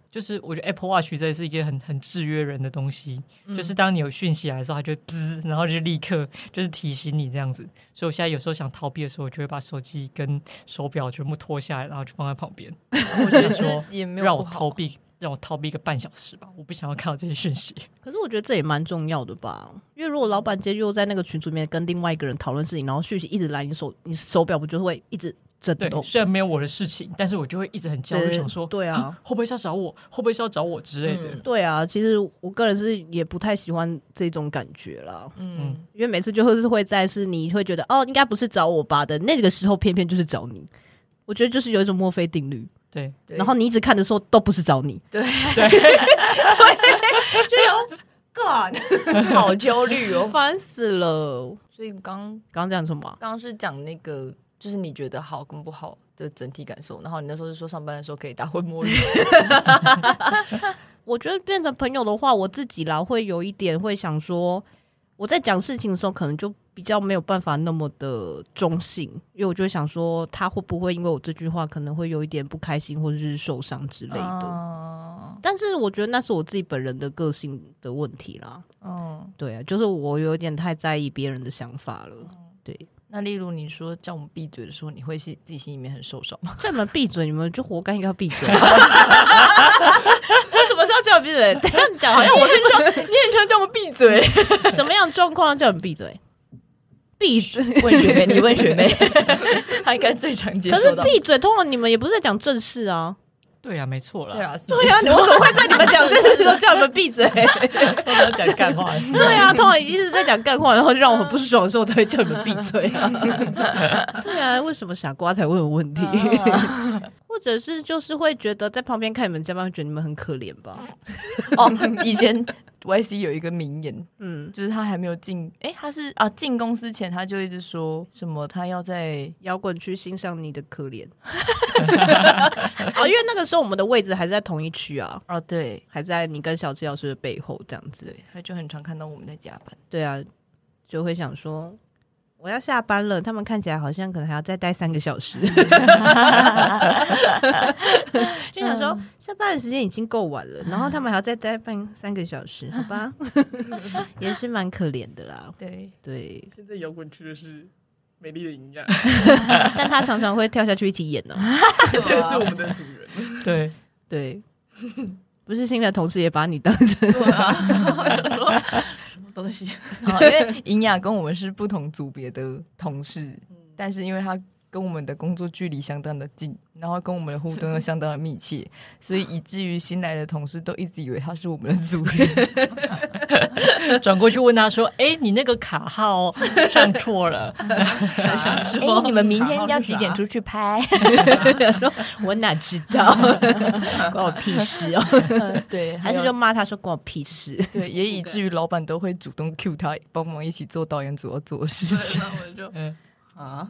S4: 就是我觉得 Apple Watch 这是一个很很制约人的东西，
S5: 嗯
S4: 就是当你有讯息来的时候，它就会滋，然后就立刻就是提醒你这样子。所以我现在有时候想逃避的时候，我就会把手机跟手表全部脱下来，然后就放在旁边，
S5: 我觉得这 也没有
S4: 让
S5: 不
S4: 我
S5: 好啊嗯
S4: 逃。避，让我逃避个半小时吧。我不想要看到这些讯息。
S3: 可是我觉得这也蛮重要的吧，因为如果老板今天又在那个群组里面跟另外一个人讨论事情，然后讯息一直来，你手你手表不就会一直震
S4: 对，
S3: 动？
S4: 虽然没有我的事情，但是我就会一直很焦虑，想说
S3: 对啊，
S4: 会不会是要找我，会不会是要找我之类的。
S5: 嗯
S3: 对啊，其实我个人是也不太喜欢这种感觉啦，
S5: 嗯，
S3: 因为每次就是会在是你会觉得哦，应该不是找我吧的那个时候，偏偏就是找你。我觉得就是有一种墨菲定律，
S4: 对，
S5: 对
S3: 然后你一直看的时候都不是找你，
S5: 好焦虑哦。
S3: 烦死了。
S5: 所以刚
S3: 刚刚讲什么啊？
S5: 刚是讲那个，就是你觉得好跟不好的整体感受，然后你那时候是说上班的时候可以打混摸鱼，
S3: 我觉得变成朋友的话，我自己啦会有一点会想说，我在讲事情的时候，可能就比较没有办法那么的中性，因为我就会想说他会不会因为我这句话可能会有一点不开心或者是受伤之 类的。
S5: 嗯
S3: 但是我觉得那是我自己本人的个性的问题啦。
S5: 嗯，
S3: 对啊，就是我有点太在意别人的想法了。
S5: 那例如你说叫我们闭嘴的时候，你会是自己心里面很受伤吗？
S3: 叫你们闭嘴，你们就活该应该要闭嘴。 我什么时候叫我闭嘴？这样讲好像我是
S5: 你很常叫我们闭嘴，
S3: 什么样的状况叫你闭嘴？闭嘴。
S5: 问学妹，你问学 妹，她应该最常接
S3: 可是
S5: 受到。
S3: 闭嘴，通常你们也不是在讲正事啊。
S4: 对啊，没错啦。
S5: 对啊，
S3: 对 啊，我怎么会在你们讲正事的时候叫你们闭嘴？
S4: 都没有讲干话的事。
S3: 对啊，通常一直在讲干话，然后就让我很不爽的时候，我才会叫你们闭嘴啊。对啊，为什么傻瓜才会有问题？啊或者是就是会觉得在旁边看你们加班，会觉得你们很可怜吧？
S5: 哦，以前 YC 有一个名言，
S3: 嗯，
S5: 就是他还没有进，哎、他是啊进公司前他就一直说什么他要在
S3: 摇滚区欣赏你的可 怜。啊，因为那个时候我们的位置还是在同一区啊，
S5: 哦对
S3: 还在你跟小智老师的背后这样子。
S5: 对，他就很常看到我们在加班，
S3: 对啊，就会想说我要下班了，他们看起来好像可能还要再待三个小 时，就想说下班的时间已经够晚了，然后他们还要再待半三个小时，好吧， 也是蛮可怜的啦。
S5: 对，
S3: 对，
S1: 现在摇滚区就是美丽的营 养，
S3: 但他常常会跳下去一起 演呢、哦
S1: 这
S5: 啊
S1: 是我们的组员。
S4: 对，
S3: 对， 不是新的同事也把你当成
S6: 什么东西？
S5: 嗯哦因为银雅跟我们是不同组别的同事，但是因为他跟我们的工作距离相当的近，然后跟我们的互动又相当的密切，所以以至于新来的同事都一直以为他是我们的组员。
S4: 转过去问他说：“哎，你那个卡号哦上错了。
S5: 哎、
S4: 说
S5: 你们明天
S4: 卡号是
S5: 要几点
S4: 啥
S5: 出去 拍？
S3: 我哪知 道，关我屁事哦！
S5: 对，
S3: 还是
S5: 有
S3: 就骂他说关我屁事。
S5: 对，也以至于老板都会主动 cue 他帮忙一起做导演组要做的事情。
S6: 那我就
S4: 嗯
S6: 啊，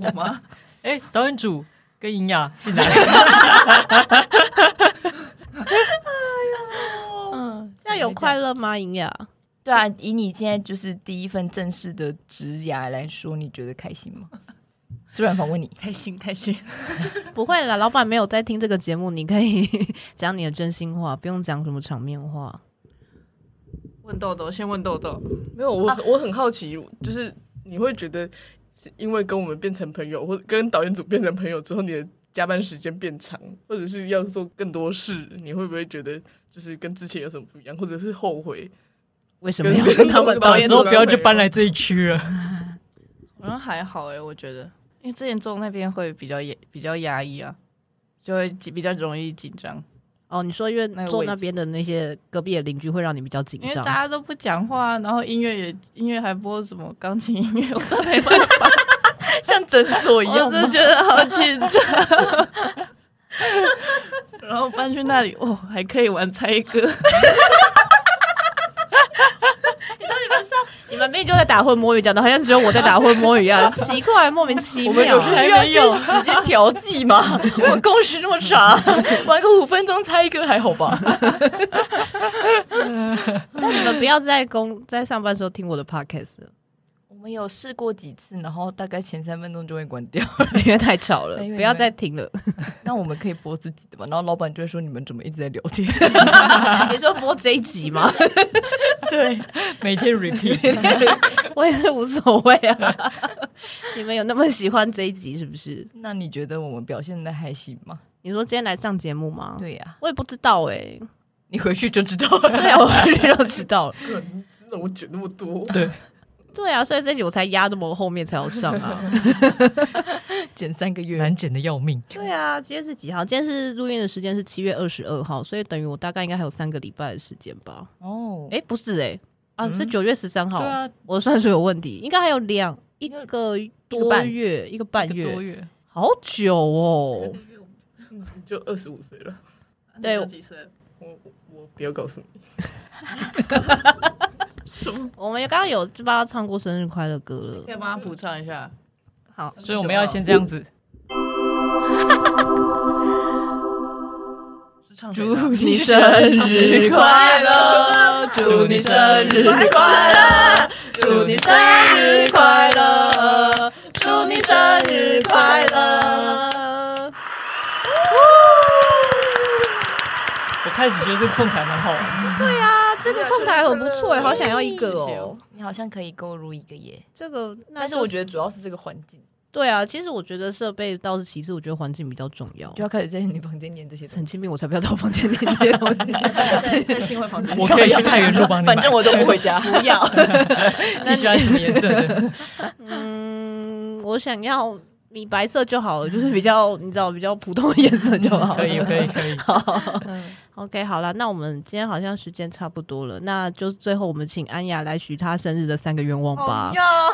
S6: 我吗？”
S4: 哎，导演组跟银雅进来，
S5: 嗯，
S3: 这样有快乐吗？莹雅，
S5: 对啊，以你现在就是第一份正式的职涯来说，你觉得开心 吗？突然访问你，
S6: 开心开心，
S3: 不会啦，老板没有在听这个节目，你可以 讲你的真心话，不用讲什么场面话。
S6: 问豆豆，先问豆豆，
S1: 没有，
S5: 啊
S1: 我、我很好奇，就是你会觉得是因为跟我们变成朋友，或跟导演组变成朋友之后，你的加班时间变长，或者是要做更多事，你会不会觉得就是跟之前有什么不一样，或者是后悔？
S3: 为什么要跟他们
S1: 跟导
S3: 导
S4: 早
S1: 演
S4: 知
S3: 演
S1: 组
S4: 道不要就搬来这一区了。
S6: 好像还好哎、我觉得，因为之前做那边会比较压，比较压抑啊，就会紧比较容易紧张，
S3: 哦，你说因为
S6: 那个
S3: 坐
S6: 位
S3: 那
S6: 置
S3: 边的那些隔壁的邻居会让你比较紧
S6: 因为大
S3: 张，
S6: 家都不讲话，然后音乐也音乐还播什么钢琴音乐，我都没办法，
S5: 像诊所一
S6: 我
S5: 样
S6: 真的觉得好紧张。 然后搬去那里，哦，还可以玩猜歌，
S3: 你们明明就在打混摸鱼，讲的好像只有我在打混摸鱼一样， 奇怪，莫名其
S1: 我们
S3: 妙
S1: 有。
S5: 需要一些时间调 剂嘛？我们工时那么长，玩个五分钟猜歌还好吧？
S3: 但你们不要在工在上班的时候听我的 podcast，了
S5: 我们有试过几次，然后大概前三分钟就会关掉。
S3: 哎因为太吵了，
S5: 因为你们
S3: 不要再听了。
S5: 那我们可以播自己的嘛？然后老板就会说：“你们怎么一直在聊天
S3: 你说播这一集吗？
S4: 对， 每天 repeat。
S3: 我也是无所谓啊。 你们有那么喜欢这一集是不是？？”
S5: 那你觉得我们表现的还行吗？
S3: 你说今天来上节目吗？，
S5: 对呀、
S3: 我也不知道哎、
S5: 你回去就知道了。
S3: 对啊，我回去就知 道了。
S1: 真的，我剪那么多，
S4: 对，
S3: 对啊，所以这集我才压那么后面才要上啊。
S5: 减三个月，
S4: 难剪的要命。
S3: 对啊，今天是几号？今天是录音的时间是七月二十二号，所以等于我大概应该还有三个礼拜的时间吧。
S5: 哦，
S3: 哎、不是哎、啊，
S1: 嗯
S3: 是九月十三号。
S4: 对啊，
S3: 我算数有问题，应该还有两一
S5: 个
S3: 个
S5: 个
S3: 多
S5: 半
S3: 月，一个半
S4: 一个多
S3: 月，
S4: 月，
S3: 好久哦。
S1: 你就二十五岁了。
S3: 对
S6: 你有几岁了
S1: 我我我不要告诉你，
S3: 我们刚刚有就帮他唱过生日快乐歌了
S6: 可，以帮他补唱一下。
S3: 好，
S4: 所以我们要先这样子。
S6: 是唱谁的
S5: 祝
S6: 啊
S5: 你生日快乐，祝你生日快乐，祝你生日快乐，祝你生日快乐。
S4: 我开始觉得这个空台蛮好玩的。
S3: 啊，这个控台很不错哎，好想要一个
S6: 谢谢哦
S3: 哦。
S5: 你好像可以购入一个耶，
S3: 这个，那
S5: 但是
S3: 就
S5: 我觉得主要是这个环境，
S3: 对啊，其实我觉得设备倒是其次，我觉得环境比较重要
S5: 就。要开始在你房间念这些东
S3: 很
S5: 西。
S3: 亲密，我才不要在我房间里面。
S6: 在在 新会房间，
S4: 我可以去太原路帮你买
S5: 反正我都不回 家，不要。
S4: 你喜欢什么颜色的？
S3: 嗯，我想要米白色就好了，就是比较你知道比较普通的颜色就
S5: 嗯
S3: 好了。
S4: 可以，可以，可以。
S3: 好 OK，好了，那我们今天好像时间差不多了，那就最后我们请安雅来许她生日的三个愿望吧。
S6: 要，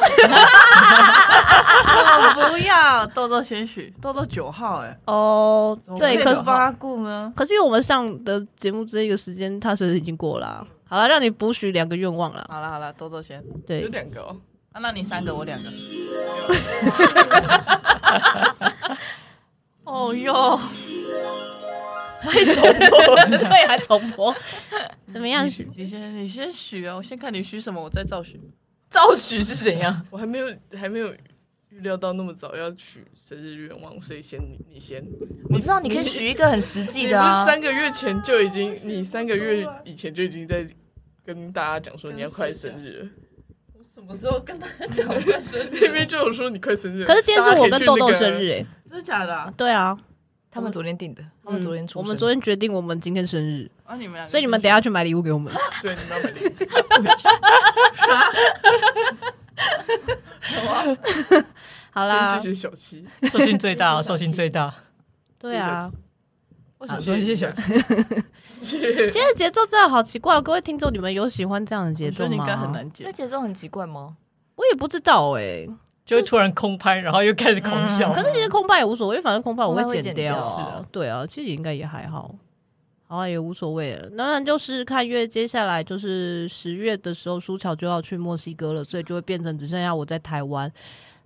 S6: 我不要。豆豆先许，豆豆九号哎、
S3: 哦，对，可
S6: 可
S3: 是
S6: 帮他顾呢？
S3: 可是因为我们上的节目这个时间，她生日已经过了啊、好了，让你补许两个愿望了。
S6: 好了好了，豆豆先。
S1: 有
S3: 对，
S1: 两个哦。
S6: 啊，那你三个，我两 个。哦哟，
S3: 对，还重播，怎么样？
S6: 你先你先许啊，我先看你许什么，我再照许。
S5: 赵许是怎样？
S1: 我还没有还没有预料到那么早要许生日愿望，所以先你你先。
S5: 我知道你可以许一个很实际的
S1: 你
S5: 啊
S1: 不是。三个月前就已经，你三个月以前就已经在跟大家讲说你要快生日了，
S6: 什么时候跟大家讲我生日？
S1: 那边就有说你快生日了。
S3: 可是今天是我跟豆豆
S1: 大
S3: 生
S1: 家可以去
S3: 日哎、
S6: 真的假的啊？
S3: 对啊，嗯
S5: 他们昨天定的，他们昨天出
S3: 我
S5: 生。
S3: 们昨天决定我们今天生日，
S6: 啊，你们两个，
S3: 所以你们等一下去买礼物给我们。
S1: 那个，对，你们要买礼物。
S3: 好啦
S1: 先，谢谢小七，
S4: 兽性最大，兽性最大。
S3: 对啊，
S5: 为
S3: 什么
S1: 谢谢小七，谢谢。
S3: 今天的节奏真的好奇怪，各位听众，你们有喜欢这样的节
S6: 我觉
S3: 奏
S6: 得你应
S3: 吗？
S6: 该很，难
S5: 这
S6: 剪。
S5: 节奏很奇怪吗？
S3: 我也不知道哎、
S4: 就会突然空拍，然后又开始狂笑。
S5: 嗯
S3: 哦可是其实空白也无所谓，反正空白我
S5: 空白会
S3: 剪
S5: 剪
S3: 掉
S5: 掉
S3: 啊。
S5: 是
S4: 啊
S3: 对啊，其实应该也还好，好啊也无所谓了。当然就是看月，接下来就是十月的时候，舒乔就要去墨西哥了，所以就会变成只剩下我在台湾。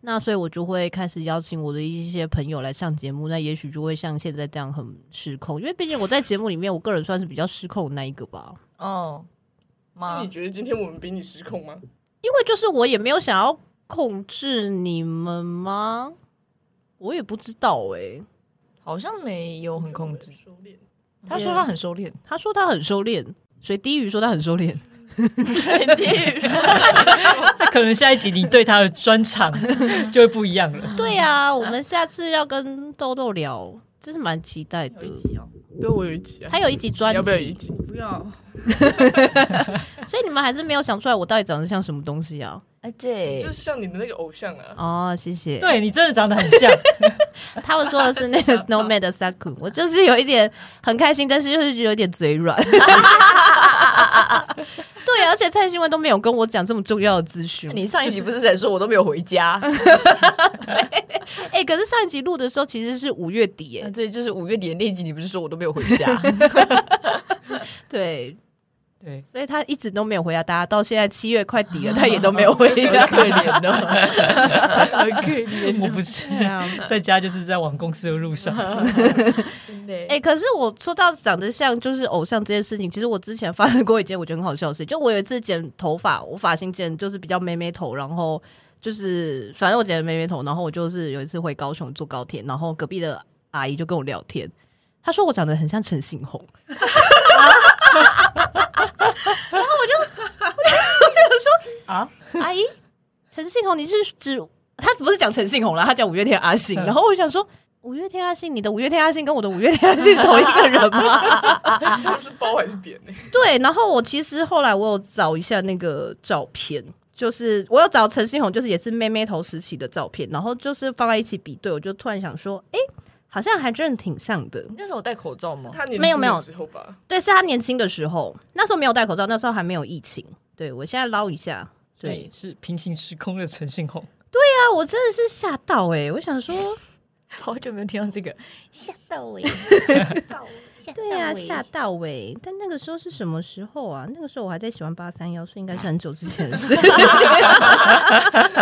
S3: 那所以我就会开始邀请我的一些朋友来上节目，那也许就会像现在这样很失控，因为毕竟我在节目里面，我个人算是比较失控的那一个吧。
S5: 哦，
S1: 那
S5: 妈
S1: 你，觉得今天我们比你失控吗？
S3: 因为就是我也没有想要控制你们吗？我也不知道哎、
S5: 好像没有很控制。
S1: 收敛。
S5: 他说他很收 敛，
S3: 他说他很收敛，水滴鱼说他很收敛。
S4: 那可能下一集你对他的专场就会不一样 了。
S3: 对 呀、我们下次要跟豆豆聊，真是蛮期待 的
S6: 有。一集哦，
S1: 对，我有一集啊，
S3: 他有一集专
S1: 要不要有一
S3: 辑，
S1: 集？
S6: 不要，
S3: 所以你们还是没有想出来我到底长得像什么东西啊？
S5: 哎，对
S1: 就是像你的那个偶像啊，
S3: 哦，谢谢。，
S4: 对你真的长得很像，
S3: 他们说的是那 个 Snowman 的 Saku，我就是有一点很开心，但是又是有点嘴 软。 对，而且蔡新文都没有跟我讲这么重要的资讯。
S5: 你上一集不是在说我都没有回家？
S3: 哎、可是上一集录的时候其实是五月底、
S1: 嗯
S3: 哎、
S5: 啊对，就是五月底的那一集，你不是说我都没有回家？
S3: 对，
S4: 对，
S3: 所以他一直都没有回答大家，到现在七月快底了，他也都没有回答，可怜 的。
S5: 很可怜，
S4: 我不是在家就是在往公司的路上。
S5: 真的
S3: 哎、可是我说到长得像就是偶像这件事情，其实我之前发生过一件我觉得很好笑的事，就我有一次剪头发，我发型剪就是比较妹妹头，然后就是反正我剪了妹妹头，然后我就是有一次回高雄坐高铁，然后隔壁的阿姨就跟我聊天，她说我长得很像陈信宏， 然后
S4: 啊
S3: 我就我就我就说阿姨，陈信宏你是指他不是讲陈信宏啦，他讲五月天阿信，然后我想说。五月天阿信，你的五月天阿信跟我的五月天阿信是同一个人吗？
S1: 他们是包还是扁呢？
S3: 对，然后我其实后来我有找一下那个照片，就是我有找陈信宏，就是也是妹妹头时期的照片，然后就是放在一起比对，我就突然想说，哎、好像还真的挺像的。
S5: 那时候我戴口罩吗？
S1: 他年
S3: 没有没有
S1: 轻的时候吧，
S3: 对，是他年轻的时候，那时候没有戴口罩，那时候还没有疫情。对我现在捞一下，对
S4: 对，，是平行时空的陈信宏，
S3: 啊，我真的是吓到哎、我想说，
S5: 好久没有听到这个，
S6: 吓到我！
S3: 对啊，吓到哎、但那个时候是什么时候啊？那个时候我还在喜欢八三幺，所以应该是很久之前的事。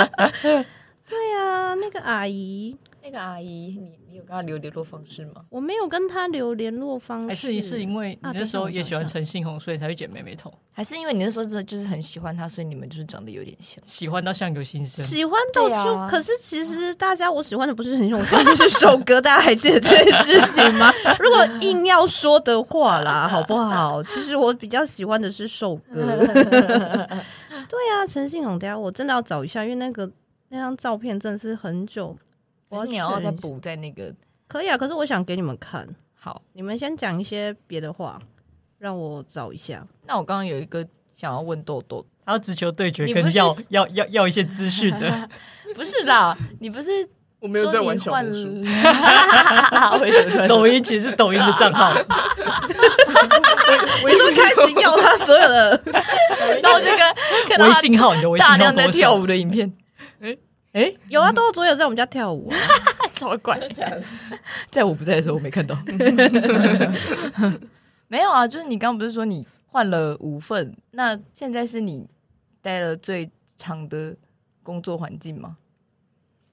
S3: 对啊，那个阿姨，
S5: 那个阿姨，你你有跟她留联络方式吗？
S3: 我没有跟他留联络方式，
S4: 还是是因为你
S3: 哦啊
S4: 那时候
S3: 等一下
S4: 也喜欢
S3: 我想
S4: 陈信宏，所以才会剪妹妹头，
S5: 还是因为你那时候真的就是很喜欢她，所以你们就是长得有点像？
S4: 喜欢到相由心生。
S3: 喜欢到
S5: 对
S3: 就，
S5: 啊
S3: 可是其实大家我喜欢的不是很喜欢，就是首歌，大家还记得这件事情 吗？如果硬要说的话啦，好不好？其实我比较喜欢的是首 歌。对啊，陈信宏，等一下我真的要找一下，因为那个那张照片真的是很久，我
S5: 还是你
S3: 确
S5: 要
S3: 认
S5: 再
S3: 一下
S5: 补在那个
S3: 可以啊，可是我想给你们看，
S5: 好。
S3: 你们先讲一些别的话，让我找 一下。
S5: 那我刚刚有一个想要问豆豆，
S4: 他要直球对决，
S5: 你不
S4: 跟
S5: 是
S4: 要要要要一些资讯 的，
S5: 不是啦，你不是
S1: 我没有在玩小
S5: 说
S1: 红
S5: 你
S1: 书，
S5: 换为什么突然
S4: 抖音其实是抖音的 账号，
S3: 你说开始要他所有的，
S5: 然后我就跟看到
S4: 微
S5: 她
S4: 信号，你的微信
S5: 大
S4: 号
S5: 量在
S4: 多
S5: 跳
S4: 少？
S5: 舞的影片，
S4: 哎，
S3: 有啊，都左有在我们家跳舞啊、
S5: 超怪的。在我不在的时候，我没 看到。没有啊，就是你刚刚不是说你换了五份，那现在是你待了最长的工作环境吗？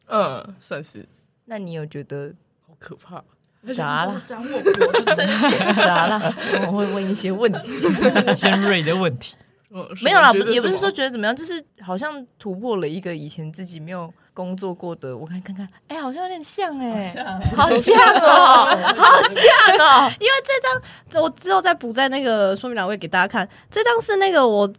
S1: 嗯，算是
S5: 那你有觉 得
S1: 好可怕。
S5: 啥
S1: 他
S5: 啦？
S1: 讲我，我 是真的
S5: 啥啦？啊我会问一些问 题，
S4: 尖锐的问 题，
S1: 嗯
S5: 没有啦，
S1: 什么觉得
S5: 也不是
S1: 什么
S5: 说觉得怎么样，就是好像突破了一个以前自己没有工作过的。我看看看，哎、好像有点像哎、好像哦、好像哦、
S3: 因为这张我之后再补在那个说明栏位给大家看。这张是那个我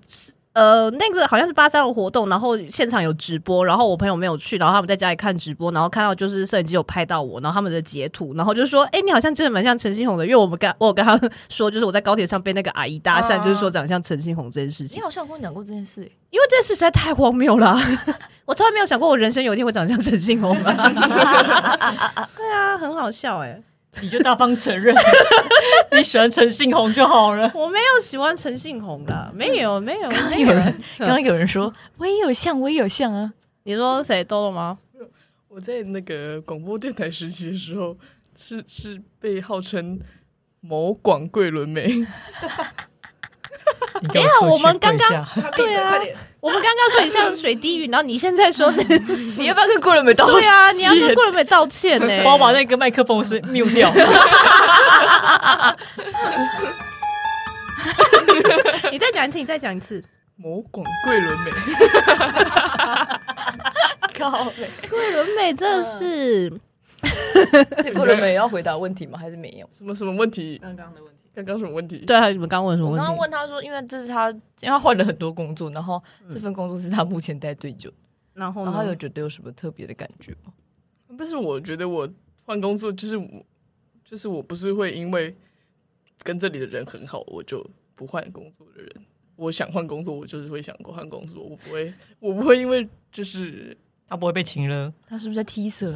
S3: 呃，那个好像是八三的活动，然后现场有直播，然后我朋友没有去，然后他们在家里看直播，然后看到就是摄影机有拍到我，然后他们的截图，然后就说：“哎、你好像真的蛮像陈星红的。”因为我们跟我有跟他们说，就是我在高铁上被那个阿姨搭讪，
S6: 哦
S3: 就是说长得像陈星红这件事
S5: 你
S3: 情，
S5: 好像有跟我讲过这件事、欸，
S3: 因为这件事实在太荒谬了啊、 我从来没有想过我人生有一天会长得像陈星红啊！ 对啊，很好笑哎、
S4: 你就大方承认 你喜欢陈信宏就好了。
S3: 我没有喜欢陈信宏的，没有没有，
S5: 刚刚
S3: 没
S5: 有人，刚刚有人说我也有像，我也有像啊，
S3: 你说谁豆豆吗？
S1: 我在那个广播电台实习的时候，是是被号称某广桂纶镁，
S4: 你
S3: 等一
S4: 给
S3: 下
S4: 出去
S3: 我们刚
S4: 跪下
S3: 对 啊，我们刚刚说你像水滴鱼，然后你现在 说对
S5: 你要不要跟郭仁美道歉？
S3: 啊，你要跟桂纶镁道歉呢、
S4: 帮我把那个麦克风是 mute 掉。
S3: 你再讲一次，你再讲一次。
S1: 某广桂纶镁。
S5: 靠北，
S3: 桂纶镁真的是，
S5: 所以郭仁美要回答问题吗？还是没有？
S1: 什么什么问题？
S6: 刚刚的问题，
S1: 刚刚什么问题？
S3: 对啊，你们刚问什么
S5: 我
S3: 问
S5: 刚刚
S3: 题？
S5: 问他说，因为这是他，因为他换了很多工作，然后这份工作是他目前待最久，
S3: 然后
S5: 然后他有
S3: 呢？
S5: 觉得有什么特别的感觉吗？
S1: 但是我觉得我换工作，就是我，就是我不是会因为跟这里的人很好，我就不换工作的人。我想换工作，我就是会想换工作，我不会，我不会因为就是
S4: 他不会被请了，
S5: 他是不是在 T 色？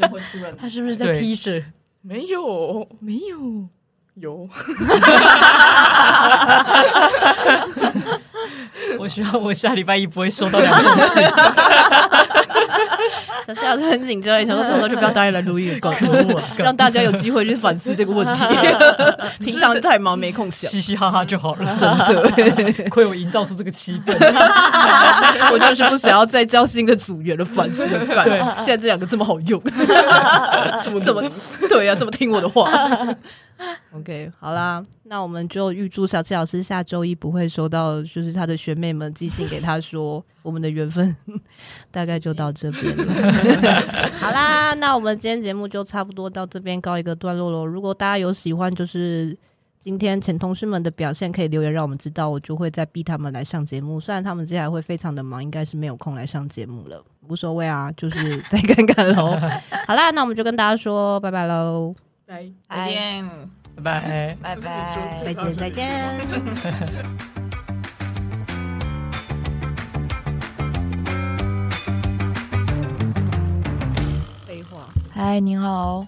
S6: 就会突然
S5: 他是不是在
S4: 对
S5: T 色？
S1: 没有
S5: 没有，
S1: 有，
S4: 我希望我下礼拜一不会收到两封信。
S3: 小夏老师很紧张，想说这种就不要答应来录音广 播，
S4: 啊
S3: 让大家有机会去反思这个问题。 平常太忙没空想，
S4: 嘻嘻哈哈就好了， 真的。 亏我营造出这个气 氛，
S3: 我就是不想要再交新的组员的反思很干
S4: 对
S3: 现在这两个这么好用，
S1: 这么
S3: 怎么对呀、啊？怎么听我的 话？OK，好啦，那我们就预祝小七老师下周一不会收到，就是他的学妹们寄信给他说，我们的缘分 大概就到这边了。 好啦，那我们今天节目就差不多到这边告一个段落喽。如果大家有喜欢，就是。今天前同事们的表现可以留言让我们知道，我就会再逼他们来上节目。虽然他们接下来会非常的忙，应该是没有空来上节目了，无所谓啊，就是再看看喽。好啦，那我们就跟大家说拜拜喽，
S1: 来
S6: 再见，
S4: 拜拜。
S5: 哎拜拜。
S3: 再见再见。废话，
S5: 嗨，哎您好，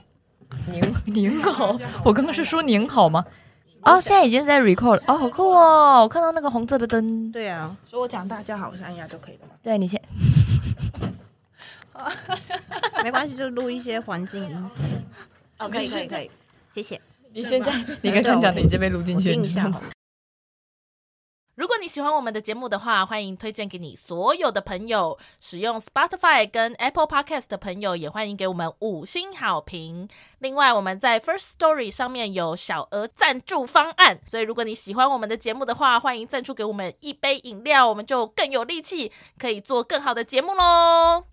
S5: 您 您好，我刚刚是说您好吗？哦，现在已经在 record 了，哦，好酷哦！我看到那个红色的灯，
S3: 对啊，
S6: 所以我讲大家好，我是安雅就可以了吗？
S5: 对你先，
S3: 没关系，就录一些环境音，
S6: 哦，可以可以可以。
S3: 谢谢。
S5: 你现在，你刚刚讲的已经被录进去了，
S3: 我听一下好了
S7: 如果你喜欢我们的节目的话，欢迎推荐给你所有的朋友。使用 Spotify 跟 Apple Podcast 的朋友，也欢迎给我们五星好评。另外，我们在 First Story 上面有小额赞助方案，所以如果你喜欢我们的节目的话，欢迎赞助给我们一杯饮料，我们就更有力气，可以做更好的节目喽。